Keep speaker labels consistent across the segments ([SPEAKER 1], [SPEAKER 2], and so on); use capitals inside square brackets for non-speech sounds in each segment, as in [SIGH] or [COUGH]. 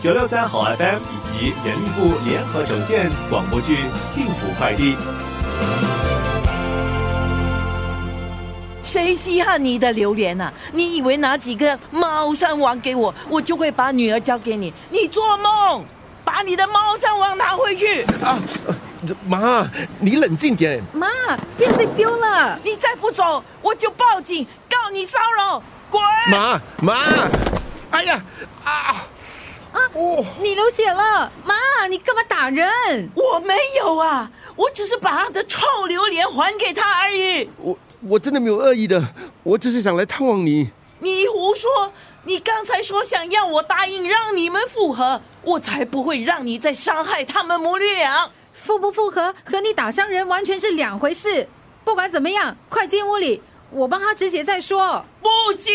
[SPEAKER 1] 九六三好 FM 以及人力部联合呈现广播剧《幸福快递》。
[SPEAKER 2] 谁稀罕你的榴莲啊？你以为拿几个猫山王给我，我就会把女儿交给你？你做梦！把你的猫山王拿回去！
[SPEAKER 3] 啊，呃妈，你冷静点。
[SPEAKER 4] 妈，不要再丢了！
[SPEAKER 2] 你再不走，我就报警告你骚扰！滚！
[SPEAKER 3] 妈妈，哎呀啊
[SPEAKER 4] 啊，
[SPEAKER 3] 哦，
[SPEAKER 4] 你流血了！妈，你干嘛打人？
[SPEAKER 2] 我没有啊，我只是把他的臭榴莲还给他而已。
[SPEAKER 3] 我我真的没有恶意的，我只是想来探望你。
[SPEAKER 2] 你胡说！你刚才说想要我答应让你们复合，我才不会让你再伤害他们母女俩。
[SPEAKER 4] 复不复合和你打伤人完全是两回事。不管怎么样，快进屋里，我帮他止血再说。
[SPEAKER 2] 不行，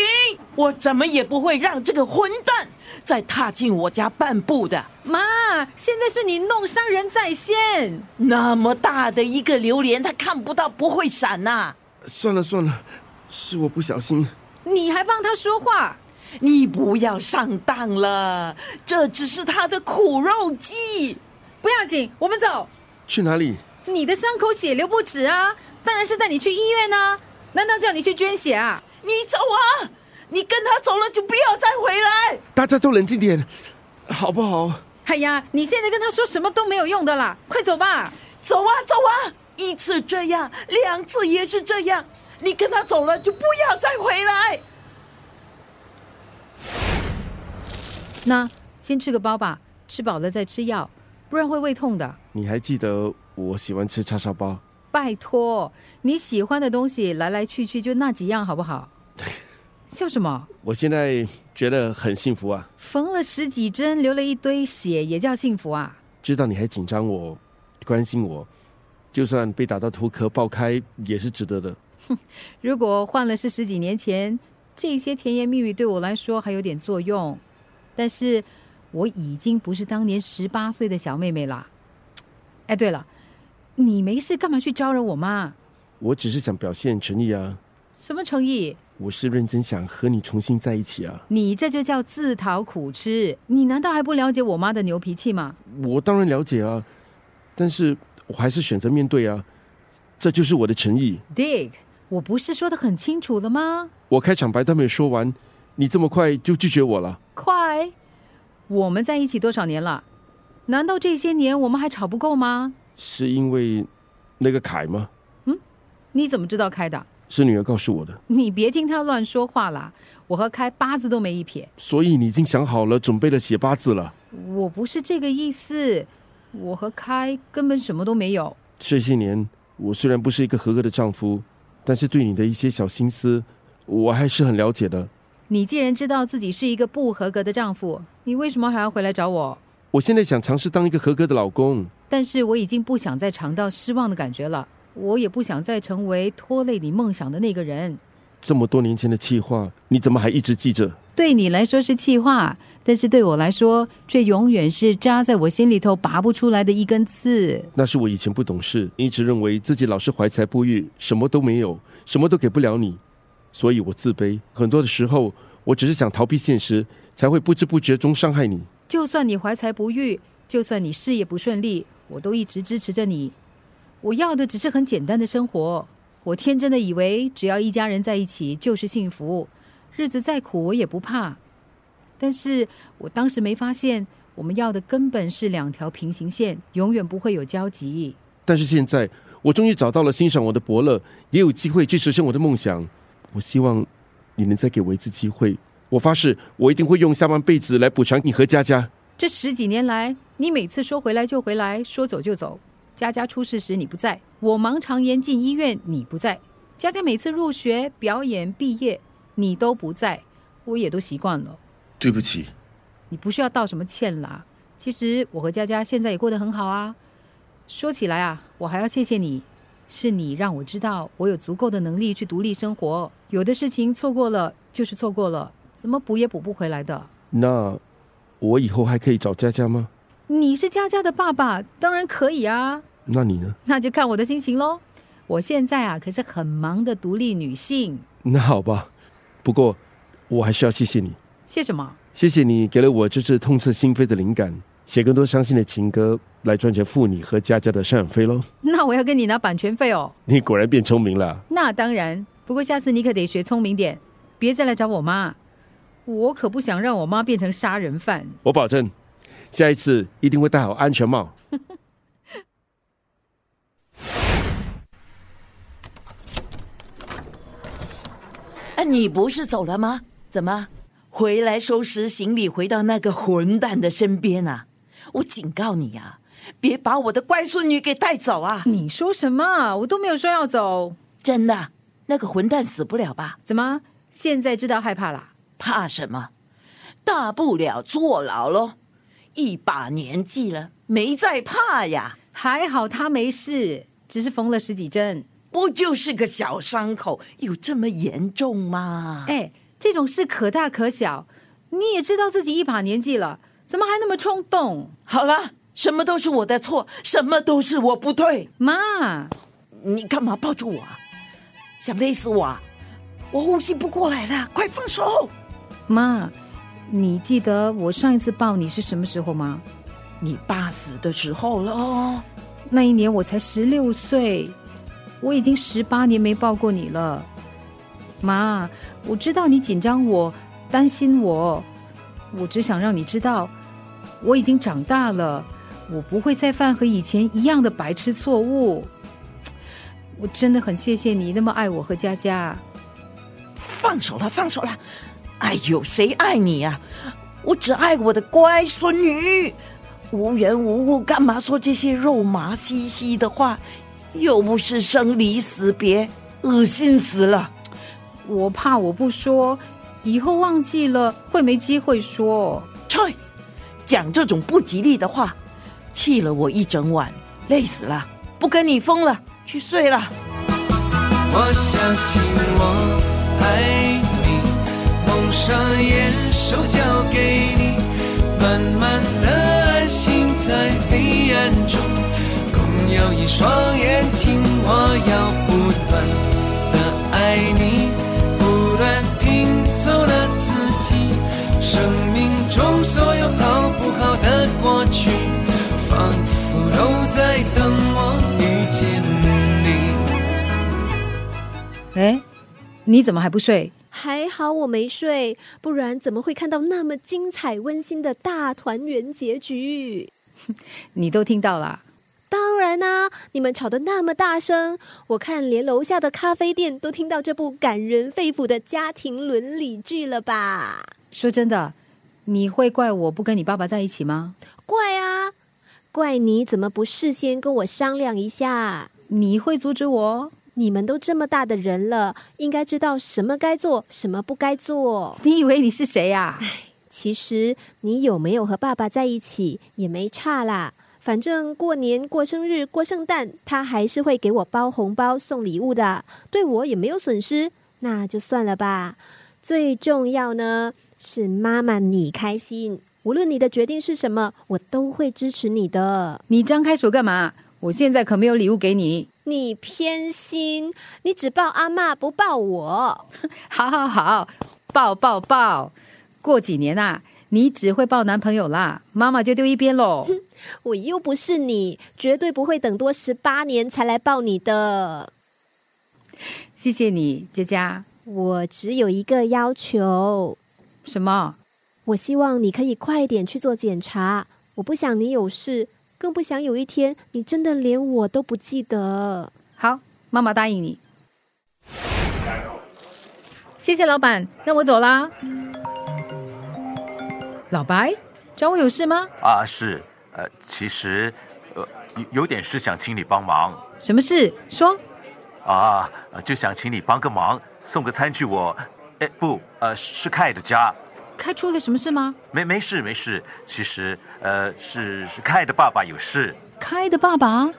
[SPEAKER 2] 我怎么也不会让这个混蛋再踏进我家半步的。
[SPEAKER 4] 妈，现在是你弄伤人在先。
[SPEAKER 2] 那么大的一个榴莲，他看不到不会闪呐、
[SPEAKER 3] 算了算了，是我不小心。
[SPEAKER 4] 你还帮他说话，
[SPEAKER 2] 你不要上当了，这只是他的苦肉计。
[SPEAKER 4] 不要紧，我们走。
[SPEAKER 3] 去哪里？
[SPEAKER 4] 你的伤口血流不止啊，当然是带你去医院啊。难道叫你去捐血啊？
[SPEAKER 2] 你走啊！你跟他走了就不要再回来。
[SPEAKER 3] 大家都冷静点，好不好？
[SPEAKER 4] 哎呀，你现在跟他说什么都没有用的啦，快走吧。
[SPEAKER 2] 走啊走啊，一次这样，两次也是这样。你跟他走了就不要再回来。
[SPEAKER 4] 那先吃个包吧，吃饱了再吃药，不然会胃痛的。
[SPEAKER 3] 你还记得我喜欢吃叉烧包？
[SPEAKER 4] 拜托，你喜欢的东西来来去去就那几样，好不好？笑什么？
[SPEAKER 3] 我现在觉得很幸福啊！
[SPEAKER 4] 缝了十几针，流了一堆血，也叫幸福啊？
[SPEAKER 3] 知道你还紧张我，关心我，就算被打到头壳爆开也是值得的。
[SPEAKER 4] 如果换了是十几年前，这些甜言蜜语对我来说还有点作用，但是我已经不是当年十八岁的小妹妹啦。哎，对了，你没事干嘛去招惹我妈？
[SPEAKER 3] 我只是想表现诚意啊，
[SPEAKER 4] 什么诚意？
[SPEAKER 3] 我是认真想和你重新在一起啊。
[SPEAKER 4] 你这就叫自讨苦吃！你难道还不了解我妈的牛脾气吗？
[SPEAKER 3] 我当然了解啊，但是我还是选择面对啊，这就是我的诚意。
[SPEAKER 4] Dick，我不是说的很清楚了吗？
[SPEAKER 3] 我开场白都没有说完，你这么快就拒绝我了？
[SPEAKER 4] 快，我们在一起多少年了？难道这些年我们还吵不够吗？
[SPEAKER 3] 是因为那个凯吗？
[SPEAKER 4] 你怎么知道开的？
[SPEAKER 3] 是女儿告诉我的，
[SPEAKER 4] 你别听他乱说话啦！我和开八字都没一撇，
[SPEAKER 3] 所以你已经想好了，准备了写八字了。
[SPEAKER 4] 我不是这个意思。我和开根本什么都没有。
[SPEAKER 3] 这些年，我虽然不是一个合格的丈夫，但是对你的一些小心思，我还是很了解的。
[SPEAKER 4] 你既然知道自己是一个不合格的丈夫，你为什么还要回来找我？
[SPEAKER 3] 我现在想尝试当一个合格的老公，
[SPEAKER 4] 但是我已经不想再尝到失望的感觉了，我也不想再成为拖累你梦想的那个人。
[SPEAKER 3] 这么多年前的气话，你怎么还一直记着？
[SPEAKER 4] 对你来说是气话，但是对我来说却永远是扎在我心里头拔不出来的一根刺。
[SPEAKER 3] 那是我以前不懂事，一直认为自己老是怀才不遇，什么都没有，什么都给不了你，所以我自卑。很多的时候，我只是想逃避现实，才会不知不觉中伤害你。
[SPEAKER 4] 就算你怀才不遇，就算你事业不顺利，我都一直支持着你。我要的只是很简单的生活。我天真的以为只要一家人在一起就是幸福，日子再苦我也不怕。但是我当时没发现，我们要的根本是两条平行线，永远不会有交集。
[SPEAKER 3] 但是现在，我终于找到了欣赏我的伯乐，也有机会去实现我的梦想。我希望你能再给我一次机会。我发誓，我一定会用下半辈子来补偿你和佳佳。
[SPEAKER 4] 这十几年来，你每次说回来就回来，说走就走。佳佳出事时你不在，我忙肠炎进医院你不在，佳佳每次入学、表演、毕业你都不在，我也都习惯了。
[SPEAKER 3] 对不起，
[SPEAKER 4] 你不需要道什么歉啦。其实我和佳佳现在也过得很好啊。说起来啊，我还要谢谢你，是你让我知道我有足够的能力去独立生活。有的事情错过了就是错过了，怎么补也补不回来的。
[SPEAKER 3] 那我以后还可以找佳佳吗？
[SPEAKER 4] 你是佳佳的爸爸，当然可以啊。
[SPEAKER 3] 那你呢？
[SPEAKER 4] 那就看我的心情喽。我现在啊，可是很忙的独立女性。
[SPEAKER 3] 那好吧，不过我还是要谢谢你。
[SPEAKER 4] 谢什么？ [LAUGHS]
[SPEAKER 3] 谢谢你给了我这次痛彻心扉的灵感，写更多伤心的情歌来赚钱付你和佳佳的赡养费喽。
[SPEAKER 4] 那我要跟你拿版权费哦。
[SPEAKER 3] 你果然变聪明了，
[SPEAKER 4] 那当然，不过下次你可得学聪明点，别再来找我妈。我可不想让我妈变成杀人犯。
[SPEAKER 3] 我保证，下一次一定会戴好安全帽。
[SPEAKER 2] 哎，你不是走了吗？怎么回来收拾行李，回到那个混蛋的身边啊？我警告你呀、别把我的乖孙女给带走啊！
[SPEAKER 4] 你说什么啊？我都没有说要走，
[SPEAKER 2] 真的，那个混蛋死不了吧？
[SPEAKER 4] 怎么现在知道害怕啦？
[SPEAKER 2] 怕什么？大不了坐牢喽，一把年纪了，没再怕呀。
[SPEAKER 4] 还好她没事，只是缝了十几针。
[SPEAKER 2] 不就是个小伤口，有这么严重吗？
[SPEAKER 4] 哎，这种事可大可小，你也知道自己一把年纪了，怎么还那么冲动？
[SPEAKER 2] 好了，什么都是我的错，什么都是我不对。
[SPEAKER 4] 妈，
[SPEAKER 2] 你干嘛抱住我啊？想勒死我啊？我呼吸不过来了，快放手！
[SPEAKER 4] 妈，你记得我上一次抱你是什么时候吗？
[SPEAKER 2] 你爸死的时候喽。
[SPEAKER 4] 那一年我才十六岁，我已经十八年没抱过你了。妈，我知道你紧张我，担心我，我只想让你知道，我已经长大了，我不会再犯和以前一样的白痴错误。我真的很谢谢你那么爱我和佳佳。
[SPEAKER 2] 放手了，放手了！哎呦，谁爱你呀、我只爱我的乖孙女，无缘无故干嘛说这些肉麻兮兮的话？又不是生离死别，恶心死了！
[SPEAKER 4] 我怕我不说，以后忘记了会没机会说。
[SPEAKER 2] 去，讲这种不吉利的话，气了我一整晚，累死了，不跟你疯了，去睡了。
[SPEAKER 5] 我相信我爱你，蒙上眼，手交给你，慢慢的安心在黑暗中，共有一双眼睛，我要不断的爱你，不断拼凑了自己，生命中所有好不好的过去，仿佛都在等我遇见你。
[SPEAKER 4] 哎，你怎么还不睡？
[SPEAKER 6] 还好我没睡，不然怎么会看到那么精彩温馨的大团圆结局？
[SPEAKER 4] 你都听到了。
[SPEAKER 6] 当然啦、你们吵得那么大声，我看连楼下的咖啡店都听到这部感人肺腑的家庭伦理剧了吧？
[SPEAKER 4] 说真的，你会怪我不跟你爸爸在一起吗？
[SPEAKER 6] 怪啊，怪你怎么不事先跟我商量一下？
[SPEAKER 4] 你会阻止我？
[SPEAKER 6] 你们都这么大的人了，应该知道什么该做，什么不该做。
[SPEAKER 4] 你以为你是谁啊呀、
[SPEAKER 6] 其实你有没有和爸爸在一起也没差啦，反正过年、过生日、过圣诞，他还是会给我包红包、送礼物的，对我也没有损失，那就算了吧。最重要呢是妈妈你开心，无论你的决定是什么，我都会支持你的。
[SPEAKER 4] 你张开手干嘛？我现在可没有礼物给你。
[SPEAKER 6] 你偏心，你只抱阿嬷不抱我。
[SPEAKER 4] 好好好，抱抱抱。过几年啊，你只会抱男朋友啦，妈妈就丢一边喽。
[SPEAKER 6] 我又不是你，绝对不会等多十八年才来抱你的。
[SPEAKER 4] 谢谢你，佳佳。
[SPEAKER 6] 我只有一个要求，
[SPEAKER 4] 什么？
[SPEAKER 6] 我希望你可以快点去做检查。我不想你有事，更不想有一天你真的连我都不记得。
[SPEAKER 4] 好，妈妈答应你。谢谢老板，那我走啦。老白，找我有事吗？
[SPEAKER 7] 啊，是，呃，其实，呃，有有点事想请你帮忙
[SPEAKER 4] 什么事？说。
[SPEAKER 7] 啊，呃就想请你帮个忙，送个餐去我，哎，不，呃，是凯的家，
[SPEAKER 4] 开出了什么事吗？
[SPEAKER 7] 没没事没事，其实，呃，是是凯的爸爸有事，
[SPEAKER 4] 开的爸爸？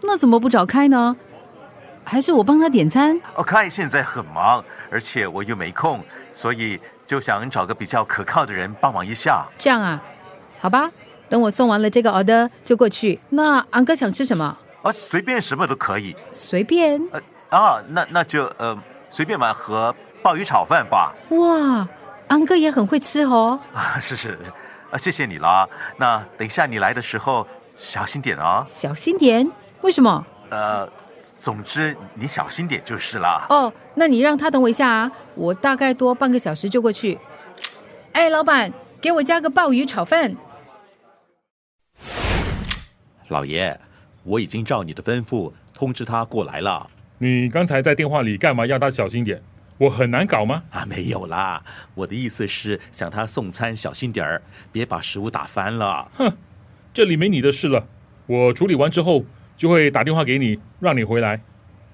[SPEAKER 4] 那怎么不找开呢？还是我帮他点餐？
[SPEAKER 7] 哦，凯现在很忙，而且我又没空，所以就想找个比较可靠的人帮忙一下。
[SPEAKER 4] 这样啊，好吧，等我送完了这个 order 就过去。那昂哥想吃什么？
[SPEAKER 7] 啊，随便什么都可以，
[SPEAKER 4] 随便。
[SPEAKER 7] 呃，啊，那那就呃，随便买盒鲍鱼炒饭吧。
[SPEAKER 4] 哇，安哥也很会吃哦。
[SPEAKER 7] 啊， [LAUGHS] 是是，啊，谢谢你啦。那等一下你来的时候小心点啊。
[SPEAKER 4] 小心点，为什么？
[SPEAKER 7] 呃，总之你小心点就是啦。
[SPEAKER 4] 哦，那你让他等我一下啊，我大概多半个小时就过去。哎，老板，给我加个鲍鱼炒饭。
[SPEAKER 8] 老爷，我已经照你的吩咐通知他过来了。
[SPEAKER 9] 你刚才在电话里干嘛要他小心点？我很难搞吗？
[SPEAKER 8] 啊，没有啦，我的意思是想他送餐小心点儿，别把食物打翻了。
[SPEAKER 9] 这里没你的事了，我处理完之后就会打电话给你，让你回来。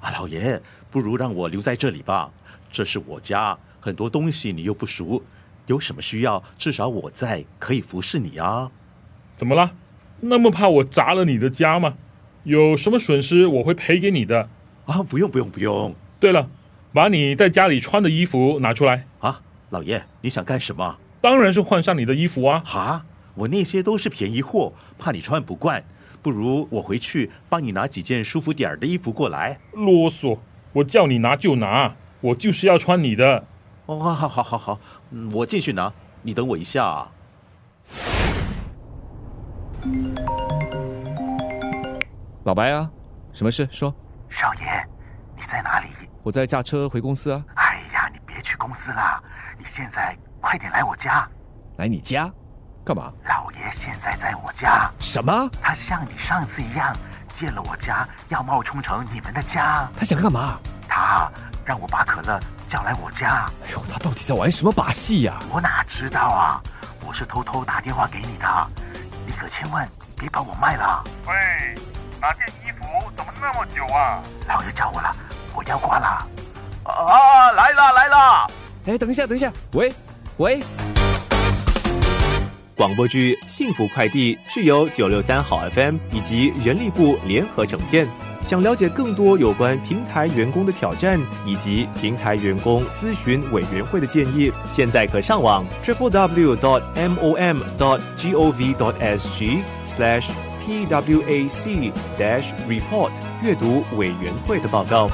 [SPEAKER 8] 啊，老爷，不如让我留在这里吧，这是我家，很多东西你又不熟，有什么需要，至少我在，可以服侍你啊。
[SPEAKER 9] 怎么啦？那么怕我砸了你的家吗？有什么损失我会赔给你的。
[SPEAKER 8] 啊，不用不用不用
[SPEAKER 9] 对了，把你在家里穿的衣服拿出来，
[SPEAKER 8] 啊，老爷，你想干什么？
[SPEAKER 9] 当然是换上你的衣服啊。
[SPEAKER 8] 哈，我那些都是便宜货，怕你穿不惯，不如我回去帮你拿几件舒服点儿的衣服过来。
[SPEAKER 9] 啰嗦，我叫你拿就拿，我就是要穿你的。
[SPEAKER 8] 哦，好好好好好，嗯我进去拿，你等我一下啊。
[SPEAKER 10] 老白啊，什么事？说，
[SPEAKER 7] 少爷，你在哪里？
[SPEAKER 10] 我在驾车回公司啊。
[SPEAKER 7] 哎呀，你别去公司啦，你现在快点来我家。
[SPEAKER 10] 来你家，干嘛？
[SPEAKER 7] 老爷现在在我家，
[SPEAKER 10] 什么？
[SPEAKER 7] 他像你上次一样进了我家，要冒充成你们的家。
[SPEAKER 10] 他想干嘛？
[SPEAKER 7] 他让我把可乐叫来我家，
[SPEAKER 10] 哎呦，他到底在玩什么把戏呀、
[SPEAKER 7] 我哪知道啊？我是偷偷打电话给你的，你可千万别把我卖了。
[SPEAKER 11] 喂，哪件衣服怎么那么久啊？
[SPEAKER 7] 老爷叫我了，我要挂了。啊，来啦来啦！
[SPEAKER 10] 哎，等一下，等一下，喂，喂，
[SPEAKER 1] 广播剧《幸福快递》是由九六三好 FM 以及人力部联合呈现。想了解更多有关平台员工的挑战以及平台员工咨询委员会的建议，现在可上网 triple w dot m o m dot g o v dot s g slash p w a c dash report 阅读委员会的报告。